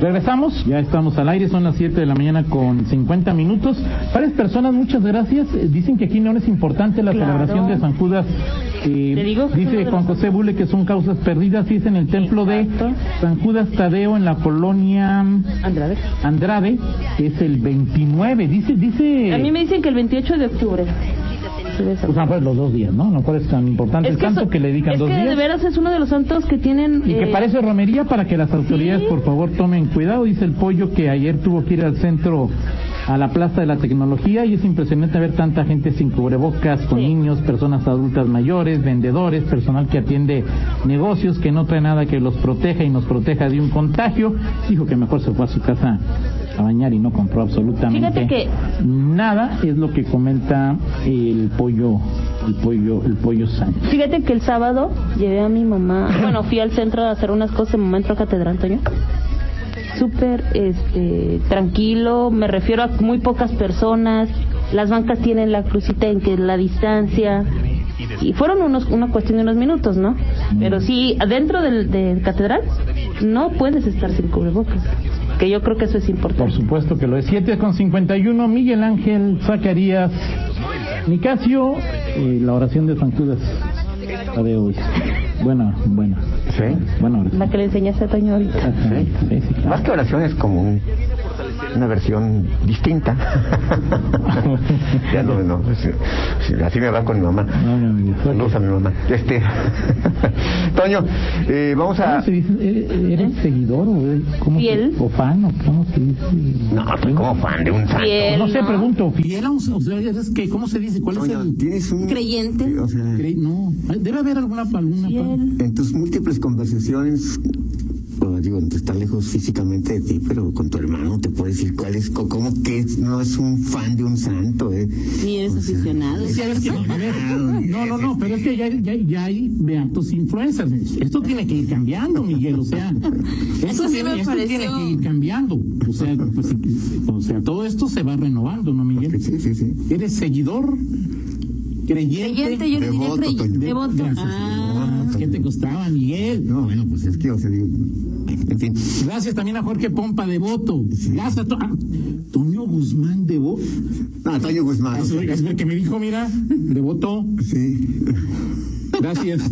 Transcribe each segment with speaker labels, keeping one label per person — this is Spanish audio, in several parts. Speaker 1: Regresamos, ya estamos al aire, son las 7 de la mañana con 50 minutos. Varias personas, muchas gracias. Eh, Dicen que aquí no es importante la
Speaker 2: Claro.
Speaker 1: celebración de San Judas. Eh,
Speaker 2: Te digo que uno
Speaker 1: dice
Speaker 2: de
Speaker 1: Juan
Speaker 2: los-
Speaker 1: José Bule que son causas perdidas y es en el templo
Speaker 2: Exacto.
Speaker 1: de San Judas Tadeo en la colonia
Speaker 2: Andrade.
Speaker 1: Andrade, que es el 29. Dice, dice.
Speaker 2: A mí me dicen que el 28 de octubre. Sí, de San
Speaker 1: Pues, a lo mejor los dos días, ¿no? A lo mejor es tan importante el santo
Speaker 2: eso-
Speaker 1: que le dedican
Speaker 2: es
Speaker 1: dos
Speaker 2: que
Speaker 1: días.
Speaker 2: de veras es uno de los santos que tienen.
Speaker 1: Y que
Speaker 2: eh,
Speaker 1: parece romería para que las autoridades,
Speaker 2: sí.
Speaker 1: por favor, tomen cuidado. Dice el pollo que ayer tuvo que ir al centro, a la Plaza de la Tecnología, y es impresionante ver tanta gente sin cubrebocas, con
Speaker 2: Sí.
Speaker 1: niños, personas adultas mayores, vendedores, personal que atiende negocios, que no trae nada que los proteja y nos proteja de un contagio. Dijo que mejor se fue a su casa a bañar y no compró absolutamente
Speaker 2: Fíjate que-
Speaker 1: nada, es lo que comenta el pollo, el pollo, el pollo Sánchez.
Speaker 2: Fíjate que el sábado llevé a mi mamá. Bueno, fui al centro a hacer unas cosas. Mi mamá entró a catedral, Toño. Súper este, tranquilo. Me refiero a muy pocas personas. Las bancas tienen la crucita en que la distancia. Y fueron unos, una cuestión de unos minutos, ¿no? Pero sí, adentro del, del catedral no puedes estar sin cubrebocas. Que yo creo que eso es
Speaker 1: Por
Speaker 2: importante.
Speaker 1: supuesto que lo es. 7 con 51, Miguel Ángel Zacarías Nicasio, eh, la oración de San Judas, la de hoy. Buena, buena.
Speaker 3: Sí.
Speaker 1: Buena oración.
Speaker 2: La que le enseñaste a Toño ahorita.
Speaker 3: Sí.
Speaker 1: Sí, sí, claro.
Speaker 3: Más que oración es como un- una versión distinta. ya no, no. sí, sí, así me va con mi mamá.
Speaker 1: No, no, no, no.
Speaker 3: Saludos a mi mamá. Este, Toño, eh, vamos
Speaker 1: ¿Cómo
Speaker 3: a.
Speaker 1: se dice? ¿Eres, eres seguidor o, eres- cómo se-
Speaker 2: ¿Eh? Fiel.
Speaker 1: o fan o cómo se dice?
Speaker 3: No, soy como fan de un santo.
Speaker 2: Fiel,
Speaker 1: No sé,
Speaker 2: ¿no?
Speaker 1: pregunto. ¿Fiel a un- o sea, eres que- ¿Cómo se dice? ¿Cuál es el...?
Speaker 4: Tienes un
Speaker 5: creyente.
Speaker 4: o sea,
Speaker 1: cre- No, debe haber alguna... alguna
Speaker 4: en tus múltiples conversaciones, bueno, digo, tú estás lejos físicamente de ti, pero con tu hermano te puedes decir cuál es, co- cómo que es- no es un fan de un santo, ¿eh?
Speaker 5: Ni eres aficionado.
Speaker 1: No, no, no, pero es que ya, ya, ya hay beatos influencers. Esto tiene que ir cambiando, Miguel. O sea,
Speaker 5: Eso
Speaker 1: esto,
Speaker 5: sí
Speaker 1: tiene,
Speaker 5: me
Speaker 1: esto
Speaker 5: pareció.
Speaker 1: tiene que ir cambiando. O sea, pues, o sea, todo esto se va renovando, ¿no, Miguel?
Speaker 4: Sí, sí, sí.
Speaker 1: Eres seguidor, creyente.
Speaker 5: Creyente, yo le diría
Speaker 4: Devoto, Toño.
Speaker 5: creyente. Devoto.
Speaker 1: Gracias.
Speaker 5: Ah,
Speaker 1: Ah, ¿Qué te costaba, Miguel?
Speaker 4: No, bueno, pues es que, o sea, digo, en fin.
Speaker 1: Gracias también a Jorge Pompa de Voto. Gracias a to- a Toño Guzmán de Voto.
Speaker 4: No, Toño Guzmán.
Speaker 1: Es
Speaker 4: Ah, Sí.
Speaker 1: el que me dijo, mira, de Voto. Gracias.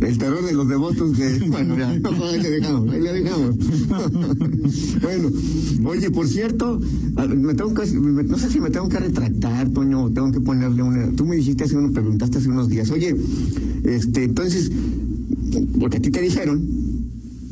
Speaker 4: El terror de los devotos que, bueno, ya, ahí le dejamos, ahí le dejamos. bueno, oye, por cierto, a- me tengo que, me- no sé si me tengo que retractar, Toño, o tengo que ponerle una, tú me dijiste hace unos, preguntaste hace unos días, oye, este, entonces, porque a ti te dijeron,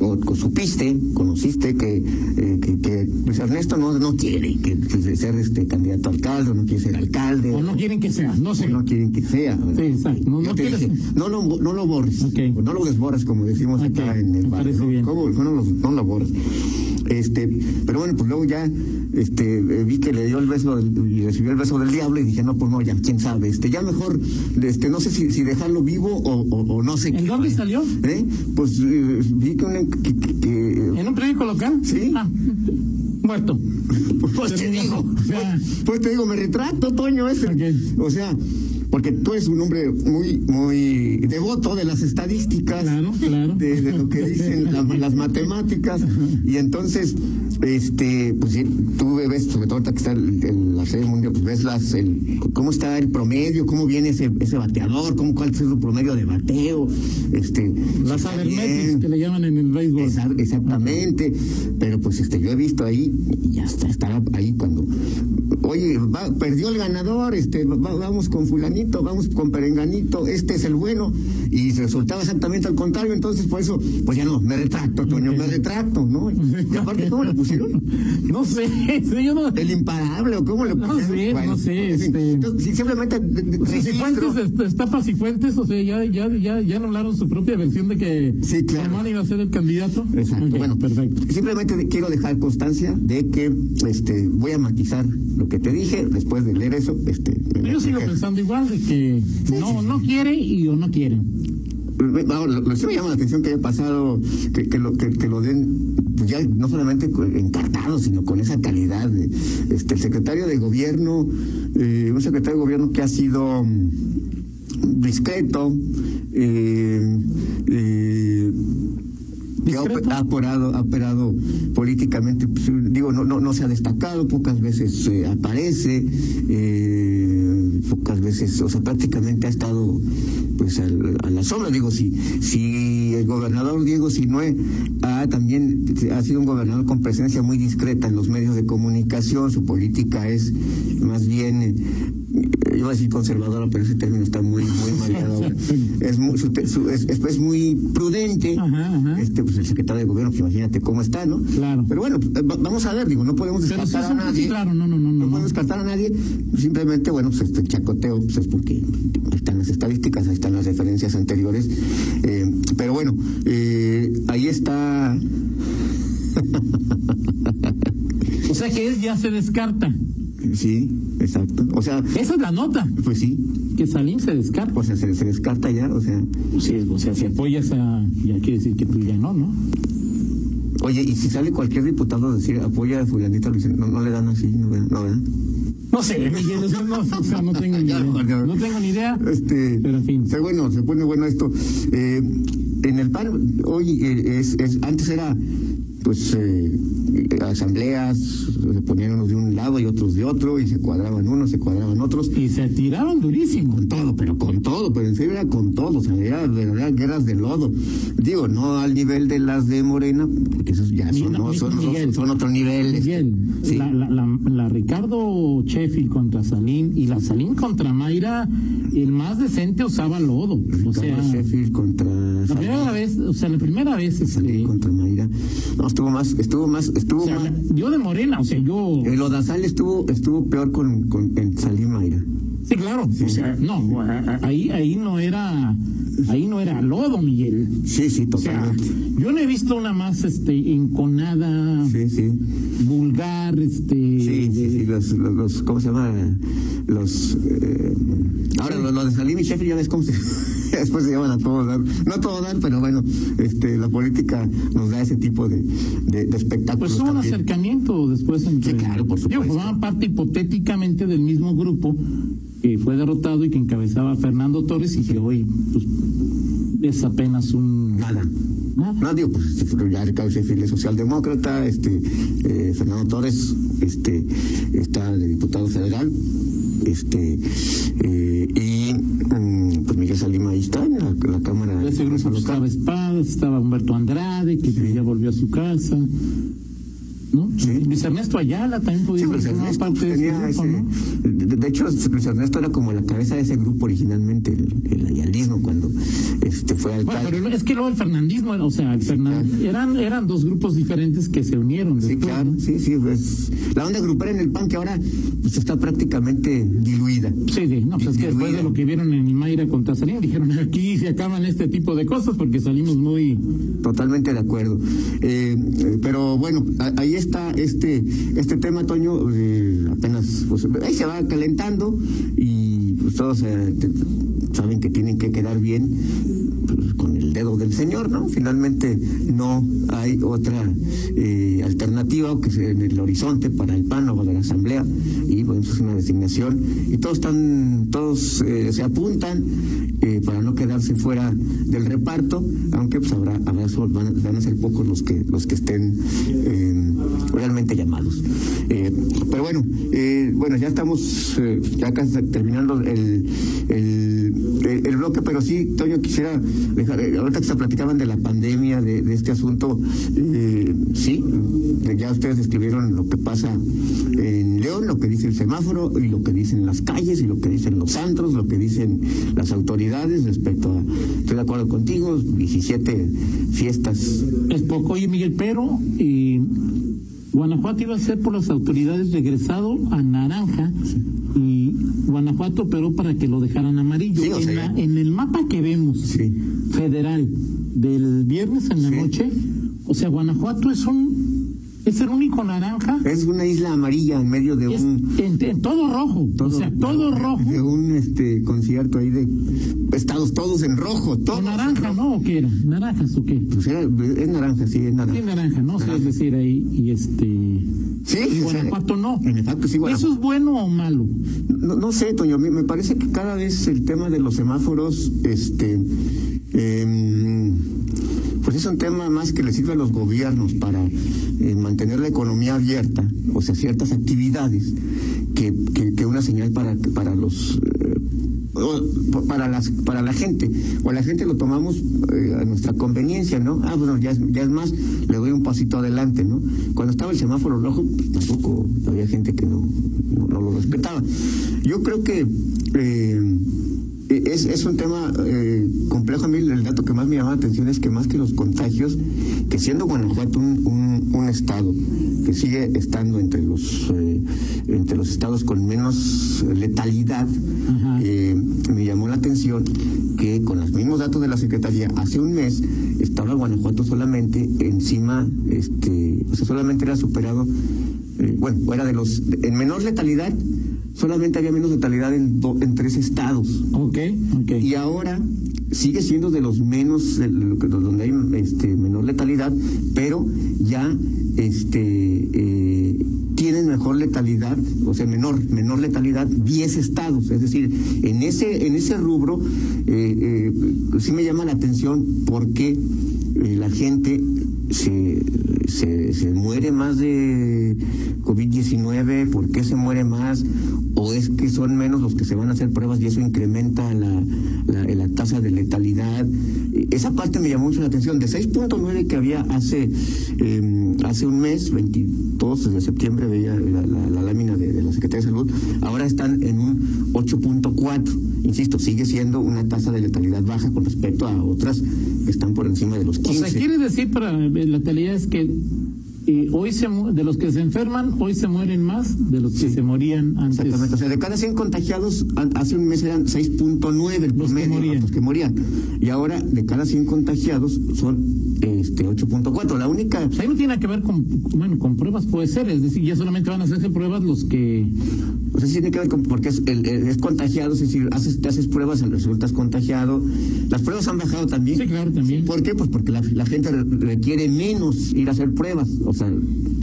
Speaker 4: o, o supiste, conociste que, eh, que, que, pues Ernesto no, no quiere que, que ser este candidato a alcalde, o no quiere ser alcalde,
Speaker 1: O no quieren que sea, no sé.
Speaker 4: o no quieren que sea.
Speaker 1: Sí, exacto. No,
Speaker 4: Yo
Speaker 1: no
Speaker 4: te
Speaker 1: quieres-
Speaker 4: dije, no lo, no lo borres.
Speaker 1: Ok.
Speaker 4: O No lo desborras, como decimos
Speaker 1: Ok,
Speaker 4: acá en el
Speaker 1: me
Speaker 4: barrio.
Speaker 1: parece bien.
Speaker 4: ¿Cómo? No lo, no lo borras. Este, pero bueno, pues luego ya este, eh, vi que le dio el beso, del- y recibió el beso del diablo y dije, no, pues no, ya, quién sabe. Este, ya mejor, este, no sé si, si dejarlo vivo o, o- o no sé
Speaker 1: ¿En
Speaker 4: qué.
Speaker 1: dónde salió?
Speaker 4: ¿Eh? Pues eh, vi que, una, que, que- que-
Speaker 1: ¿En un periódico local?
Speaker 4: Sí.
Speaker 1: Ah, muerto.
Speaker 4: Pues te digo,
Speaker 1: O sea,
Speaker 4: pues, pues te digo, me retracto, Toño, ese.
Speaker 1: Ok.
Speaker 4: O sea, porque tú eres un hombre muy, muy devoto de las estadísticas.
Speaker 1: Claro, claro.
Speaker 4: De, de lo que dicen la- las matemáticas. Y entonces, este, pues sí, tú ves, sobre todo ahorita que está el- el- la serie mundial, pues ves las, el, cómo está el promedio, cómo viene ese, ese bateador, cómo, cuál es su promedio de bateo. Este,
Speaker 1: Las
Speaker 4: si está
Speaker 1: avermetis
Speaker 4: bien.
Speaker 1: que le llaman en el béisbol.
Speaker 4: Esa- Exactamente, pero pues este yo he visto ahí y ya está, estaba ahí cuando oye, va- perdió el ganador, este va- vamos con fulanito, vamos con perenganito, este es el bueno y resultaba exactamente al contrario, entonces por eso pues ya no, me retracto, Toño, me retracto, ¿no? Y aparte cómo le pusieron?
Speaker 1: No sé, sí, yo no.
Speaker 4: El imparable o cómo le
Speaker 1: No
Speaker 4: pusieron?
Speaker 1: sé, no sé,
Speaker 4: en fin,
Speaker 1: este-
Speaker 4: entonces, sí, simplemente de- de-
Speaker 1: Si
Speaker 4: registro.
Speaker 1: Fuentes est- estapas y fuentes, o sea, ya, ya, ya, ya anularon su propia versión de que
Speaker 4: Sí, claro.
Speaker 1: Germán iba a ser el candidato.
Speaker 4: Exacto.
Speaker 1: Ok,
Speaker 4: bueno,
Speaker 1: perfecto.
Speaker 4: Simplemente de- quiero dejar constancia de que este, voy a matizar lo que te dije después de leer eso. Este, me-
Speaker 1: Yo sigo
Speaker 4: me-
Speaker 1: pensando igual de que no, no quiere y o no quieren.
Speaker 4: Ahora, lo, lo que me llama la atención que haya pasado, que, que lo, que, que lo den, pues ya no solamente con- encartado, sino con esa calidad. de- este, el secretario de gobierno, eh, un secretario de gobierno que ha sido mm, discreto, eh, eh, que ha, op-
Speaker 1: Discreto.
Speaker 4: ha operado, ha operado políticamente, pues, digo, no, no, no se ha destacado, pocas veces eh, aparece, eh, pocas veces, o sea, prácticamente ha estado pues al- a la sombra, digo, si, si el gobernador Diego Sinue ha también ha sido un gobernador con presencia muy discreta en los medios de comunicación, su política es más bien eh, iba a decir conservadora, pero ese término está muy, muy mareado ahora. Es muy, su te- su- es- es- es muy prudente,
Speaker 1: Ajá, ajá.
Speaker 4: este, pues el secretario de gobierno, que imagínate cómo está, ¿no?
Speaker 1: Claro.
Speaker 4: Pero bueno, pues, va- vamos a ver, digo, no podemos
Speaker 1: Pero sí
Speaker 4: descartar
Speaker 1: es
Speaker 4: a
Speaker 1: un poco
Speaker 4: nadie.
Speaker 1: claro, no, no, no,
Speaker 4: No
Speaker 1: no.
Speaker 4: podemos descartar a nadie, simplemente, bueno, pues este chacoteo, pues es porque ahí están las estadísticas, ahí están las referencias anteriores. eh, pero bueno, eh, ahí está.
Speaker 1: O sea que él ya se descarta.
Speaker 4: Sí, exacto. O sea,
Speaker 1: Esa es la nota.
Speaker 4: pues sí,
Speaker 1: Que Salim se descarta.
Speaker 4: o sea, se, se descarta ya, o sea.
Speaker 1: Sí, o sea, si apoyas a. Ya quiere decir que tú ya no, ¿no?
Speaker 4: Oye, y si sale cualquier diputado a decir apoya a fulanito, lo dicen, no, no le dan así, no, ¿verdad? No, ¿verdad?
Speaker 1: No sé, Miguel, o sea, no, o sea, no tengo ni
Speaker 4: Ya,
Speaker 1: idea.
Speaker 4: Jorge, a ver.
Speaker 1: No tengo ni idea.
Speaker 4: Este,
Speaker 1: Pero en fin.
Speaker 4: Se, bueno, se pone bueno esto. Eh, en el PAN, hoy eh, es, es- antes era pues eh, asambleas, se ponían unos de un lado y otros de otro, y se cuadraban unos, se cuadraban otros.
Speaker 1: Y se tiraron durísimo.
Speaker 4: con todo, pero con todo, pero en serio era con todo, o sea, era, era guerras de lodo. Digo, no al nivel de las de Morena, porque esos ya
Speaker 1: Mi-
Speaker 4: son,
Speaker 1: no,
Speaker 4: no,
Speaker 1: mi-
Speaker 4: son,
Speaker 1: Miguel.
Speaker 4: son, son otro nivel. este.
Speaker 1: Miguel,
Speaker 4: Sí.
Speaker 1: la, la- la- la Ricardo Sheffield contra Salim y la Salim contra Mayra, el más decente usaba lodo. O sea,
Speaker 4: Ricardo Sheffield contra
Speaker 1: la
Speaker 4: Salim,
Speaker 1: primera vez, o sea, la primera vez,
Speaker 4: Salim
Speaker 1: este,
Speaker 4: contra Mayra. No, estuvo más, estuvo más, estuvo
Speaker 1: o sea,
Speaker 4: más.
Speaker 1: la- yo de Morena, o sea, yo.
Speaker 4: El Odazal estuvo, estuvo peor con, con el Salim Mayra.
Speaker 1: Sí, claro. O sea, no, a- a- ahí, ahí no era, ahí no era lodo, Miguel.
Speaker 4: Sí, sí,
Speaker 1: O sea,
Speaker 4: totalmente.
Speaker 1: yo no he visto una más, este, enconada,
Speaker 4: sí, sí.
Speaker 1: vulgar, este.
Speaker 4: Sí, sí, sí, los, los, los- ¿cómo se llama? Los, eh, ahora, los, los de Salim y Sheffield, ya ves cómo se, después se llaman a todo dar, no a todo dar, pero bueno, este, la política nos da ese tipo de, de, de espectáculos
Speaker 1: Pues hubo un
Speaker 4: también.
Speaker 1: acercamiento después entre.
Speaker 4: Sí, claro, por
Speaker 1: Digo,
Speaker 4: supuesto.
Speaker 1: formaban parte hipotéticamente del mismo grupo que fue derrotado y que encabezaba Fernando Torres y que hoy pues, es apenas un.
Speaker 4: Nada.
Speaker 1: Nada.
Speaker 4: No, digo, pues sí, pero ya Ricardo Sheffield es socialdemócrata, este, eh, Fernando Torres este, está de diputado federal, este, eh, y mm, pues Miguel Salim ahí está en la, la Cámara.
Speaker 1: De ese grupo
Speaker 4: local.
Speaker 1: estaba Espadas, estaba Humberto Andrade, que ya volvió a su casa. ¿No?
Speaker 4: Sí.
Speaker 1: Luis Ernesto Ayala también podía
Speaker 4: Sí, Luis
Speaker 1: formar
Speaker 4: Ernesto pues,
Speaker 1: parte de ese
Speaker 4: tenía
Speaker 1: grupo,
Speaker 4: ese-
Speaker 1: ¿no?
Speaker 4: de, de hecho, Luis Ernesto era como la cabeza de ese grupo originalmente, el, el ayalismo, cuando este, fue
Speaker 1: Bueno,
Speaker 4: alcalde.
Speaker 1: pero es que luego el fernandismo, o sea, el Fernan-
Speaker 4: claro.
Speaker 1: eran, eran dos grupos diferentes que se unieron.
Speaker 4: Sí,
Speaker 1: después,
Speaker 4: claro,
Speaker 1: ¿no?
Speaker 4: sí, sí, pues la onda grupera en el PAN que ahora pues, está prácticamente diluida.
Speaker 1: Sí, sí, no, pues es que después de lo que vieron en Imaira contra Salim, dijeron aquí se acaban este tipo de cosas porque salimos muy.
Speaker 4: Totalmente de acuerdo. Eh, eh, pero bueno, a- ahí está este este tema, Toño. eh, apenas pues, ahí se va calentando y pues, todos eh, te- saben que tienen que quedar bien pues, con el dedo del Señor, ¿no? Finalmente no hay otra eh, alternativa que sea en el horizonte para el PAN o para la Asamblea y bueno, eso es una designación y todos están, todos eh, se apuntan eh, para no quedarse fuera del reparto, aunque pues habrá, habrá sol- van, a- van a ser pocos los que los que estén eh, realmente llamados. Eh, pero bueno, eh, bueno ya estamos eh, ya casi terminando el, el, Eh, el- el bloque, pero sí, Toño, quisiera dejar, eh, ahorita que se platicaban de la pandemia, de, de este asunto, eh, sí, de- ya ustedes describieron lo que pasa en León, lo que dice el semáforo y lo que dicen las calles y lo que dicen los antros, lo que dicen las autoridades respecto a, estoy de acuerdo contigo, 17 fiestas.
Speaker 1: Es poco, oye Miguel, pero eh, Guanajuato iba a ser por las autoridades regresado a naranja y Guanajuato operó para que lo dejaran amarillo.
Speaker 4: Sí, o
Speaker 1: en,
Speaker 4: sea,
Speaker 1: la- en el mapa que vemos
Speaker 4: Sí.
Speaker 1: federal del viernes en la
Speaker 4: Sí.
Speaker 1: noche, o sea, Guanajuato es un Es el único naranja
Speaker 4: Es una isla amarilla en medio de
Speaker 1: es
Speaker 4: Eh, un.
Speaker 1: en, en todo rojo. o sea, todo rojo.
Speaker 4: De un este, concierto ahí de estados todos en rojo,
Speaker 1: ¿O
Speaker 4: todos.
Speaker 1: naranja, no? ¿O qué era? ¿Naranjas o qué?
Speaker 4: Pues era- es naranja, sí, es
Speaker 1: Sí,
Speaker 4: naranja.
Speaker 1: naranja, ¿no? O sea, es decir, ahí y este.
Speaker 4: Sí,
Speaker 1: Y
Speaker 4: o sea,
Speaker 1: Guanajuato no.
Speaker 4: En Guanajuato sí, Guanajuato.
Speaker 1: ¿Eso es bueno o malo?
Speaker 4: No, no sé, Toño, a mí me parece que cada vez el tema de los semáforos, este, em, pues es un tema más que le sirve a los gobiernos para eh, mantener la economía abierta, o sea, ciertas actividades, que, que- que una señal para, para los... eh, o- para las para la gente o la gente lo tomamos eh, a nuestra conveniencia no ah bueno ya es, ya es más le doy un pasito adelante no cuando estaba el semáforo rojo pues, tampoco había gente que no, no, no lo respetaba yo creo que eh, es, es un tema eh, complejo. A mí el dato que más me llama la atención es que más que los contagios, que siendo Guanajuato un, un- un estado que sigue estando entre los eh, entre los estados con menos eh, letalidad, eh, me llamó la atención que con los mismos datos de la Secretaría, hace un mes estaba Guanajuato solamente encima, este, o sea, solamente era superado, eh, bueno, era de los, en menor letalidad, solamente había menos letalidad en, do- en tres estados.
Speaker 1: Ok, ok.
Speaker 4: Y ahora sigue siendo de los menos, de lo que- donde hay este, menor letalidad, pero ya este, eh, tienen mejor letalidad, o sea, menor, menor letalidad, 10 estados. Es decir, en ese, en ese rubro eh, eh, sí me llama la atención porque eh, la gente se, se, se muere más de COVID-19, ¿por qué se muere más? ¿O es que son menos los que se van a hacer pruebas y eso incrementa la, la- la tasa de letalidad? Eh, Esa parte me llamó mucho la atención. De 6.9 que había hace, eh, hace un mes, 22 de septiembre, veía la, la- la lámina de, de la Secretaría de Salud, ahora están en un 8.4. Insisto, sigue siendo una tasa de letalidad baja con respecto a otras que están por encima de los 15.
Speaker 1: O sea, quiere decir para la teoría es que eh, hoy se mu- de los que se enferman, hoy se mueren más de los que se morían antes.
Speaker 4: Exactamente. O sea, de cada 100 contagiados, an- hace un mes eran 6.9 el
Speaker 1: Los que
Speaker 4: promedio,
Speaker 1: morían.
Speaker 4: los que morían. Y ahora, de cada 100 contagiados, son este 8.4. La única.
Speaker 1: Ahí no tiene nada que ver con, bueno, con pruebas puede ser, es decir, ya solamente van a hacerse pruebas los que...
Speaker 4: O sea, sí tiene que ver con. Porque es, el- el- es contagiado, es decir, haces, te haces pruebas, resultas contagiado. Las pruebas han bajado también.
Speaker 1: Sí, claro, también.
Speaker 4: ¿Por qué? Pues porque la, la gente re- requiere menos ir a hacer pruebas. O sea,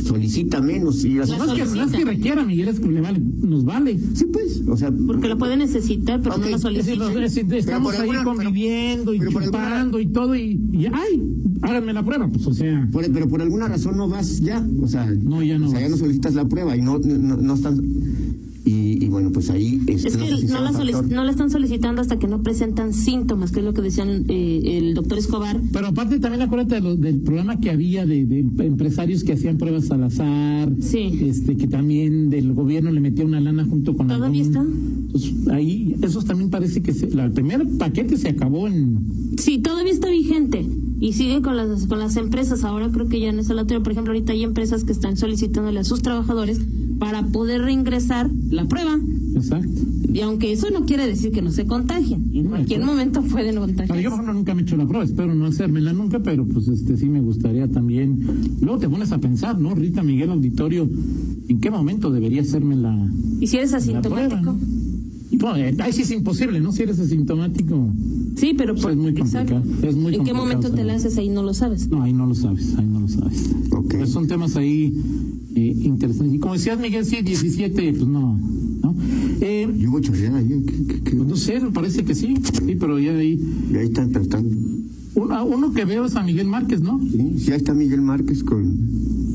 Speaker 4: solicita menos ir a hacer
Speaker 1: No es que,
Speaker 4: pruebas.
Speaker 1: no es que requieran, Miguel, es que le vale, nos vale.
Speaker 4: Sí, pues. O sea,
Speaker 2: Porque lo puede necesitar, pero
Speaker 4: Ok,
Speaker 2: no lo
Speaker 1: Es
Speaker 2: solicita.
Speaker 1: decir, los- es decir,
Speaker 4: por
Speaker 1: estamos ahí
Speaker 4: alguna- pero-
Speaker 1: conviviendo y
Speaker 4: pero por alguna-
Speaker 1: chupando y todo y, y, ¡ay! Háganme la prueba, pues, o sea...
Speaker 4: Por- pero por alguna razón no vas ya, o sea,
Speaker 1: No, ya no
Speaker 4: o sea, ya
Speaker 1: vas.
Speaker 4: no solicitas la prueba y no, no, no están y, y bueno, pues ahí este,
Speaker 2: Es que
Speaker 4: sé si
Speaker 2: no
Speaker 4: sea
Speaker 2: la,
Speaker 4: un
Speaker 2: solic-
Speaker 4: factor.
Speaker 2: no la están solicitando hasta que no presentan síntomas, que es lo que decían eh, el doctor Escobar.
Speaker 1: Pero aparte también acuérdate de lo- del programa que había de, de empresarios que hacían pruebas al azar,
Speaker 2: Sí.
Speaker 1: este que también del gobierno le metía una lana junto con
Speaker 2: ¿Todavía está?
Speaker 1: Pues, ahí esos también parece que se, la- el primer paquete se acabó en
Speaker 2: Sí, todavía está vigente y sigue con las con las empresas. Ahora creo que ya en esa lateral, por ejemplo, ahorita hay empresas que están solicitándole a sus trabajadores para poder reingresar la prueba.
Speaker 1: exacto.
Speaker 2: Y aunque eso no quiere decir que no se contagien, en
Speaker 1: No,
Speaker 2: cualquier
Speaker 1: claro.
Speaker 2: momento
Speaker 1: Pero
Speaker 2: pueden
Speaker 1: yo
Speaker 2: contagiarse.
Speaker 1: por ejemplo, nunca me he hecho la prueba, espero no hacérmela nunca, pero pues este sí me gustaría también. Luego te pones a pensar, ¿no? Rita Miguel Auditorio, ¿en qué momento debería hacerme la,
Speaker 2: Y si eres
Speaker 1: la prueba?
Speaker 2: asintomático.
Speaker 1: ¿no? Y, bueno, eh, ahí sí es imposible, ¿no? Si eres asintomático.
Speaker 2: Sí, pero
Speaker 1: Pues
Speaker 2: por-
Speaker 1: es muy
Speaker 2: exacto.
Speaker 1: complicado, es muy
Speaker 2: ¿En qué
Speaker 1: complicado
Speaker 2: momento te
Speaker 1: también.
Speaker 2: la haces ahí no lo sabes?
Speaker 1: No, ahí no lo sabes, ahí no lo sabes.
Speaker 4: Ok.
Speaker 1: Pues son temas ahí eh, interesantes. Y como decías, Miguel, sí, 17, pues no. ¿no? Eh,
Speaker 4: Y hubo chorreada ahí, ¿qué- qué- qué?
Speaker 1: pues no sé, me parece que sí, sí, pero ya de ahí.
Speaker 4: Y ahí está, pero está-
Speaker 1: Uno, a uno que veo es a Miguel Márquez, ¿no?
Speaker 4: sí, sí, ahí está Miguel Márquez con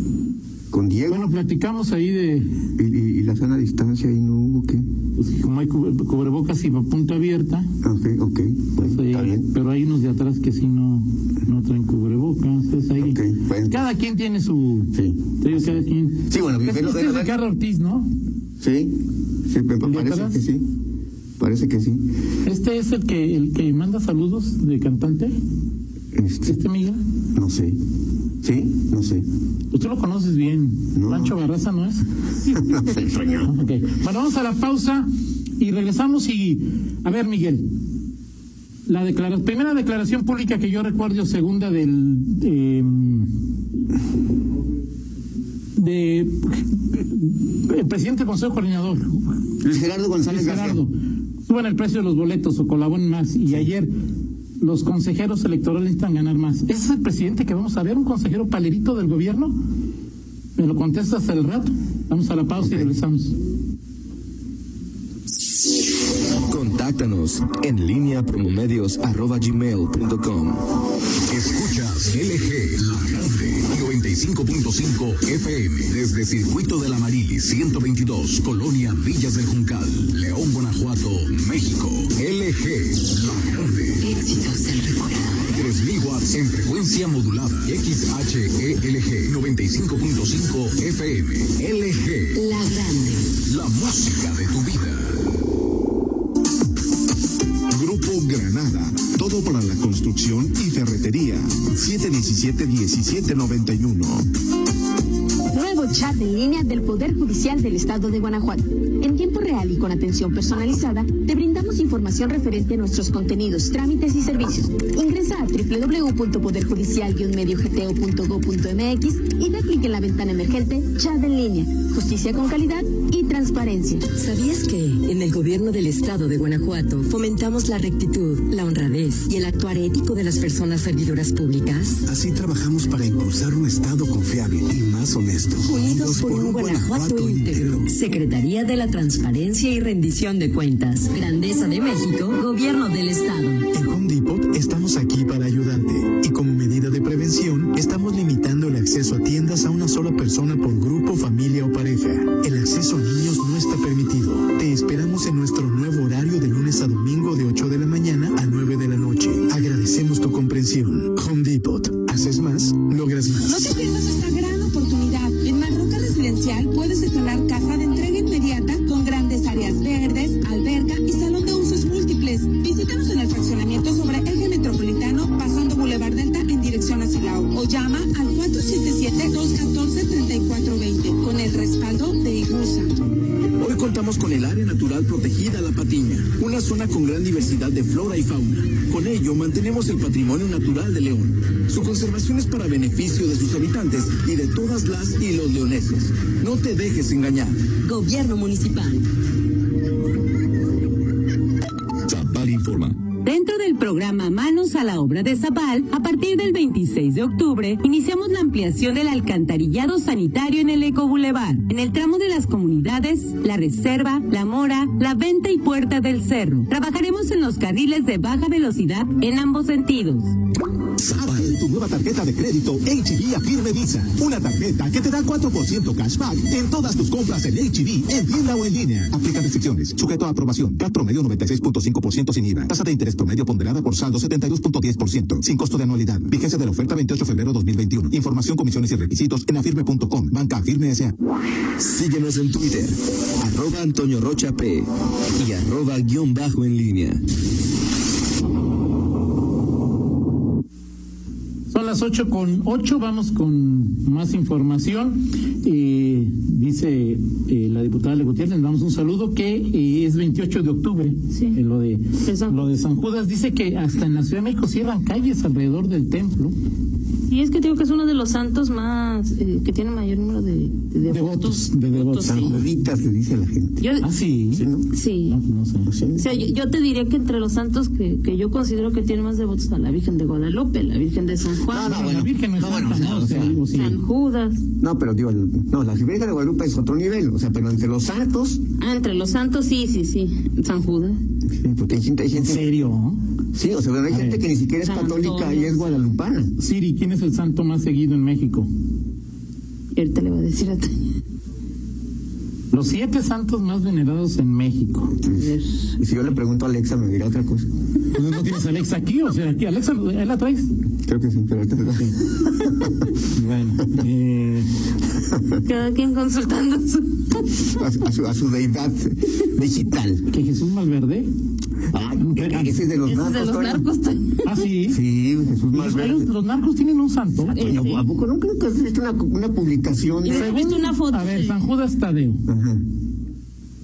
Speaker 4: con Diego
Speaker 1: Bueno, platicamos ahí de
Speaker 4: y, y- y la sana distancia ahí no hubo qué.
Speaker 1: pues, como hay cubre- cubrebocas y punta abierta.
Speaker 4: Ah, Ok, ok, bueno,
Speaker 1: pues, ahí-
Speaker 4: está bien.
Speaker 1: pero hay unos de atrás que sí no, no traen cubrebocas. entonces ahí,
Speaker 4: Ok, bueno.
Speaker 1: Cada quien tiene su.
Speaker 4: Sí.
Speaker 1: te digo, cada quien.
Speaker 4: Sí, bueno,
Speaker 1: Este
Speaker 4: pero-
Speaker 1: este es Ricardo Ortiz, ¿no?
Speaker 4: Sí, sí, me
Speaker 1: ¿El de
Speaker 4: parece
Speaker 1: atrás?
Speaker 4: que sí. Parece que sí.
Speaker 1: Este es el que el que manda saludos de cantante,
Speaker 4: Este,
Speaker 1: este Miguel.
Speaker 4: no sé. Sí, no sé.
Speaker 1: Usted lo conoces bien.
Speaker 4: No.
Speaker 1: Pancho Barraza no es.
Speaker 4: no sé, señor.
Speaker 1: Ok. Bueno, vamos a la pausa y regresamos y a ver, Miguel. La declara- primera declaración pública que yo recuerdo, segunda del eh, de el presidente del Consejo Coordinador,
Speaker 4: Luis Gerardo González
Speaker 1: Luis Gerardo,
Speaker 4: García.
Speaker 1: suban el precio de los boletos o colaboren más. Y ayer los consejeros electorales necesitan ganar más. ¿Ese es el presidente que vamos a ver? ¿Un consejero palerito del gobierno? Me lo contestas al rato. Vamos a la pausa y regresamos.
Speaker 6: Contáctanos en línea promomedios.com.
Speaker 7: Escuchas LG, la grande, 95.5 FM, desde Circuito del Amarillo, 122, Colonia Villas del Juncal, León, Guanajuato, México. LG, la grande. Éxitos del recuerdo. 3000 watts en frecuencia modulada. E XHELG, 95.5 FM. LG. La grande. La música de tu vida.
Speaker 8: Grupo Granada. Todo para la construcción y ferretería. 717-1791.
Speaker 9: Nuevo chat en línea del Poder Judicial del Estado de Guanajuato. En tiempo real y con atención personalizada, te brindamos información referente a nuestros contenidos, trámites y servicios. Ingresa a www.poderjudicial-mediogteo.go.mx y da clic en la ventana emergente Chat en línea. Justicia con calidad y transparencia.
Speaker 10: ¿Sabías que en el gobierno del estado de Guanajuato fomentamos la rectitud, la honradez y el actuar ético de las personas servidoras públicas?
Speaker 11: Así trabajamos para impulsar un Estado confiable y más honesto.
Speaker 10: Unidos por un Guanajuato íntegro. Secretaría de la Transparencia y Rendición de Cuentas. Grandeza de México, gobierno del estado.
Speaker 11: En Home Depot estamos aquí para ayudarte y como medida de prevención estamos limitando el acceso a tiendas a una sola persona por grupo, familia o pareja. El acceso a niños no está permitido. Te esperamos en nuestro nuevo horario de lunes a domingo de 8 de la mañana a 9 de la noche. Agradecemos tu comprensión. Home Depot. Haces más, logras más.
Speaker 5: No te pierdas esta gran oportunidad. En Marroca Residencial puedes estrenar casa de entrega inmediata con grandes áreas verdes, alberca y salón de usos múltiples. Visítanos en el fraccionamiento sobre eje metropolitano pasando Boulevard Delta en dirección a Silao o llama al 477-214-3420 con el respaldo de Igusa.
Speaker 12: Hoy contamos con el área natural protegida La Patiña, una zona con gran diversidad de flora y fauna. Con ello mantenemos el patrimonio natural de León. Su conservación es para beneficio de sus habitantes y de todas las y los leoneses. No te dejes engañar.
Speaker 10: Gobierno municipal.
Speaker 7: Zapal informa.
Speaker 13: Dentro del programa Manos a la Obra de Zapal, a partir del 26 de octubre, iniciamos la ampliación del alcantarillado sanitario en el Eco Boulevard, en el tramo de las comunidades, la Reserva, la Mora, la Venta y Puerta del Cerro. Trabajaremos en los carriles de baja velocidad en ambos sentidos.
Speaker 8: Hazte tu nueva tarjeta de crédito HB Firme Visa. Una tarjeta que te da 4% cashback en todas tus compras en HB, en tienda o en línea. Aplica restricciones. Sujeto a aprobación. CAT promedio 96.5% sin IVA. Tasa de interés promedio ponderada por saldo 72.10%. Sin costo de anualidad. Vigencia de la oferta 28 de febrero 2021. Información, comisiones y requisitos en afirme.com. Banca Firme S.A.
Speaker 6: Síguenos en Twitter, arroba Antonio Rocha P y arroba guión bajo en línea.
Speaker 1: Son las 8 con 8, vamos con más información. Eh, dice eh, la diputada Le Gutiérrez, le damos un saludo, que eh, es 28 de octubre,
Speaker 2: Sí.
Speaker 1: eh, lo, de,
Speaker 2: Eso.
Speaker 1: lo de San Judas. Dice que hasta en la Ciudad de México cierran calles alrededor del templo.
Speaker 2: Y es que te digo que es uno de los santos más eh, que tiene mayor número de, de devotos.
Speaker 1: Devotos, de devotos.
Speaker 2: sí.
Speaker 4: San Juditas le dice a la gente.
Speaker 2: Yo,
Speaker 1: Ah, sí.
Speaker 4: ¿Sí, no? Pues
Speaker 2: sí.
Speaker 1: No, no sé.
Speaker 2: O sea, yo, yo te diría que entre los santos que, que yo considero que tiene más devotos a la Virgen de Guadalupe, la Virgen de San Juan,
Speaker 4: No, no,
Speaker 1: la
Speaker 4: bueno.
Speaker 1: Virgen no es
Speaker 4: No, bueno,
Speaker 1: santa,
Speaker 4: o sea,
Speaker 1: ¿no? O sea, digo, sí.
Speaker 2: San Judas.
Speaker 4: No, pero digo, el- no, la Virgen de Guadalupe es otro nivel, o sea, pero entre los santos,
Speaker 2: Ah, entre los santos, sí, sí, sí. San Judas.
Speaker 4: sí, porque hay gente, hay
Speaker 1: ¿En
Speaker 4: gente,
Speaker 1: serio?
Speaker 4: sí, o sea, pero hay
Speaker 1: A
Speaker 4: gente
Speaker 1: ver.
Speaker 4: que ni siquiera es
Speaker 2: San
Speaker 4: católica
Speaker 2: Antonio.
Speaker 4: y es guadalupana.
Speaker 1: Siri, ¿quién es el santo más seguido en México?
Speaker 2: Y ahorita le voy a decir a Tania.
Speaker 1: Los siete santos más venerados en México.
Speaker 4: Y si yo le pregunto a Alexa, me dirá otra cosa.
Speaker 1: Pues no tienes a Alexa aquí, o sea, aquí Alexa, ¿ahí la traes?
Speaker 4: Creo que sí, pero ahorita no.
Speaker 1: Bueno, eh,
Speaker 2: Cada quien consultando su...
Speaker 4: a, su- a su, a su deidad digital.
Speaker 1: que Jesús Malverde.
Speaker 4: Ah, ese es de los
Speaker 2: Ese es de
Speaker 4: narcos,
Speaker 2: los
Speaker 4: Toño.
Speaker 2: narcos. Toño.
Speaker 1: Ah, sí.
Speaker 4: Sí, Jesús
Speaker 1: Los, ellos-
Speaker 4: Malverde. Ah,
Speaker 1: los narcos tienen un santo.
Speaker 4: Toño, ¿A poco no creo que has visto una, una publicación
Speaker 2: Y
Speaker 4: de...
Speaker 2: me viste una foto.
Speaker 1: A ver, San Judas Tadeo.
Speaker 4: Ajá.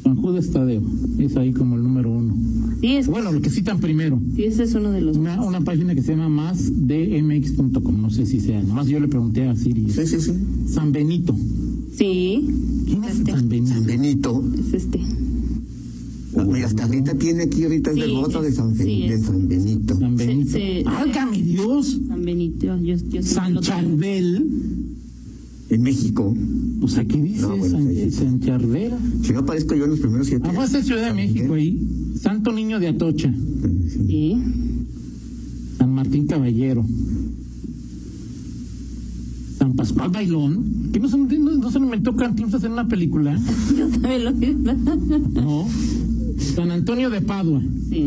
Speaker 1: San Judas Tadeo. Es ahí como el número uno.
Speaker 2: Sí, es,
Speaker 1: Bueno, lo que citan primero.
Speaker 2: sí, ese es uno de los
Speaker 1: Una, una página que se llama másdmx.com. No sé si sea. Nomás yo le pregunté a Siri.
Speaker 4: Sí, sí, sí.
Speaker 1: San Benito.
Speaker 2: Sí.
Speaker 4: ¿Quién es San Benito? San Benito. Ah,
Speaker 2: Es este.
Speaker 4: Mira, hasta Rita tiene aquí, Rita es
Speaker 2: Sí,
Speaker 4: del voto de San, Fe-
Speaker 2: sí,
Speaker 4: de
Speaker 2: es.
Speaker 4: San Benito. San
Speaker 2: Benito. Se-
Speaker 1: ¡Válgame Dios!
Speaker 2: San Benito, yo, yo soy del
Speaker 1: San
Speaker 2: otro.
Speaker 1: Charbel.
Speaker 4: En México.
Speaker 1: Pues aquí dice San, San Charbel.
Speaker 4: Si no aparezco yo en los primeros siete.
Speaker 1: Ah, fue a Ciudad de México ahí. Santo Niño de Atocha.
Speaker 2: Sí.
Speaker 1: San Martín Caballero. San Pascual Bailón. Que no se, no, no se lo inventó Cantinflas en una película.
Speaker 2: Yo también lo que.
Speaker 1: No. San Antonio de Padua.
Speaker 2: Sí.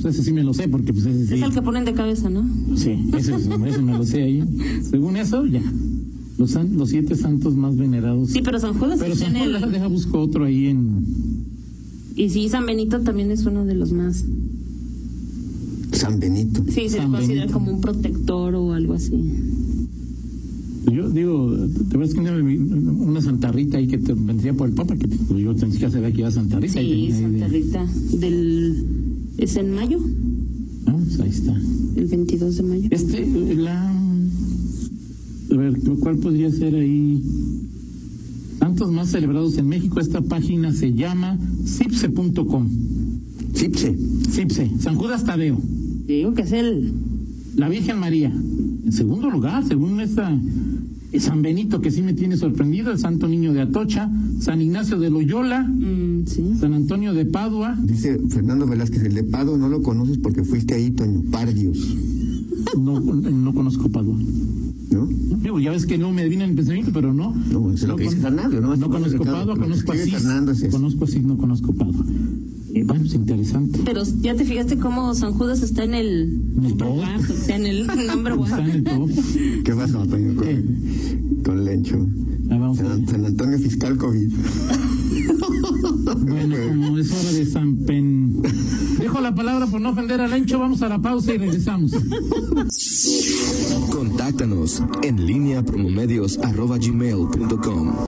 Speaker 1: Pues ese sí me lo sé, porque pues ese sí.
Speaker 2: Es el que ponen de cabeza, ¿no?
Speaker 1: Sí, ese, es- ese me lo sé ahí. Según eso, ya. Los, san- los siete santos más venerados.
Speaker 2: Sí, pero San Judas
Speaker 1: Pero
Speaker 2: está
Speaker 1: San
Speaker 2: en el-
Speaker 1: Judas, deja busco otro ahí en.
Speaker 2: Y sí, San Benito también es uno de los más.
Speaker 4: San Benito.
Speaker 2: Sí, se
Speaker 1: San
Speaker 2: le considera
Speaker 1: Benito.
Speaker 2: como un protector o algo así.
Speaker 1: Yo digo, te ves que una, una Santa Rita ahí que te vendría por el Papa, que te digo, tenías que saber que iba a Santa Rita. y
Speaker 2: Sí,
Speaker 1: tenía ahí
Speaker 2: Santa
Speaker 1: de-
Speaker 2: Rita. Del... Es en mayo,
Speaker 1: Ah, pues ahí está.
Speaker 2: el 22 de mayo.
Speaker 1: Este, la. A ver, ¿cuál podría ser ahí? Santos más celebrados en México. Esta página se llama cipse.com.
Speaker 4: Cipse.
Speaker 1: Cipse. San Judas Tadeo.
Speaker 2: Digo que es el.
Speaker 1: La Virgen María. En segundo lugar, según esta. eh, San Benito, que sí me tiene sorprendido, el Santo Niño de Atocha, San Ignacio de Loyola,
Speaker 2: Mm,
Speaker 1: San Antonio de Padua.
Speaker 4: Dice Fernando Velázquez, el de Pado no lo conoces porque fuiste ahí, Toño. Pardios.
Speaker 1: No, no conozco Padua.
Speaker 4: ¿No?
Speaker 1: Digo, ya ves que no me vino en el pensamiento, pero no.
Speaker 4: No, eso es lo que dice Fernando, ¿no?
Speaker 1: No conozco
Speaker 4: Ricardo,
Speaker 1: Padua,
Speaker 4: lo que
Speaker 1: conozco
Speaker 4: escribe
Speaker 1: Asís.
Speaker 4: Fernando es eso.
Speaker 1: Conozco Asís, no conozco Padua. Eh, bueno, es interesante.
Speaker 2: Pero ya te fijaste cómo San Judas está en el. number one, o sea, en el number one.
Speaker 4: ¿Qué pasó, Toño, con, con Lencho? San, San Antonio Fiscal COVID.
Speaker 1: Bueno, como es hora de San Pen. Dejo la palabra por no ofender a Lencho, vamos a la pausa y regresamos.
Speaker 14: Contáctanos en línea promomedios arroba gmail punto com.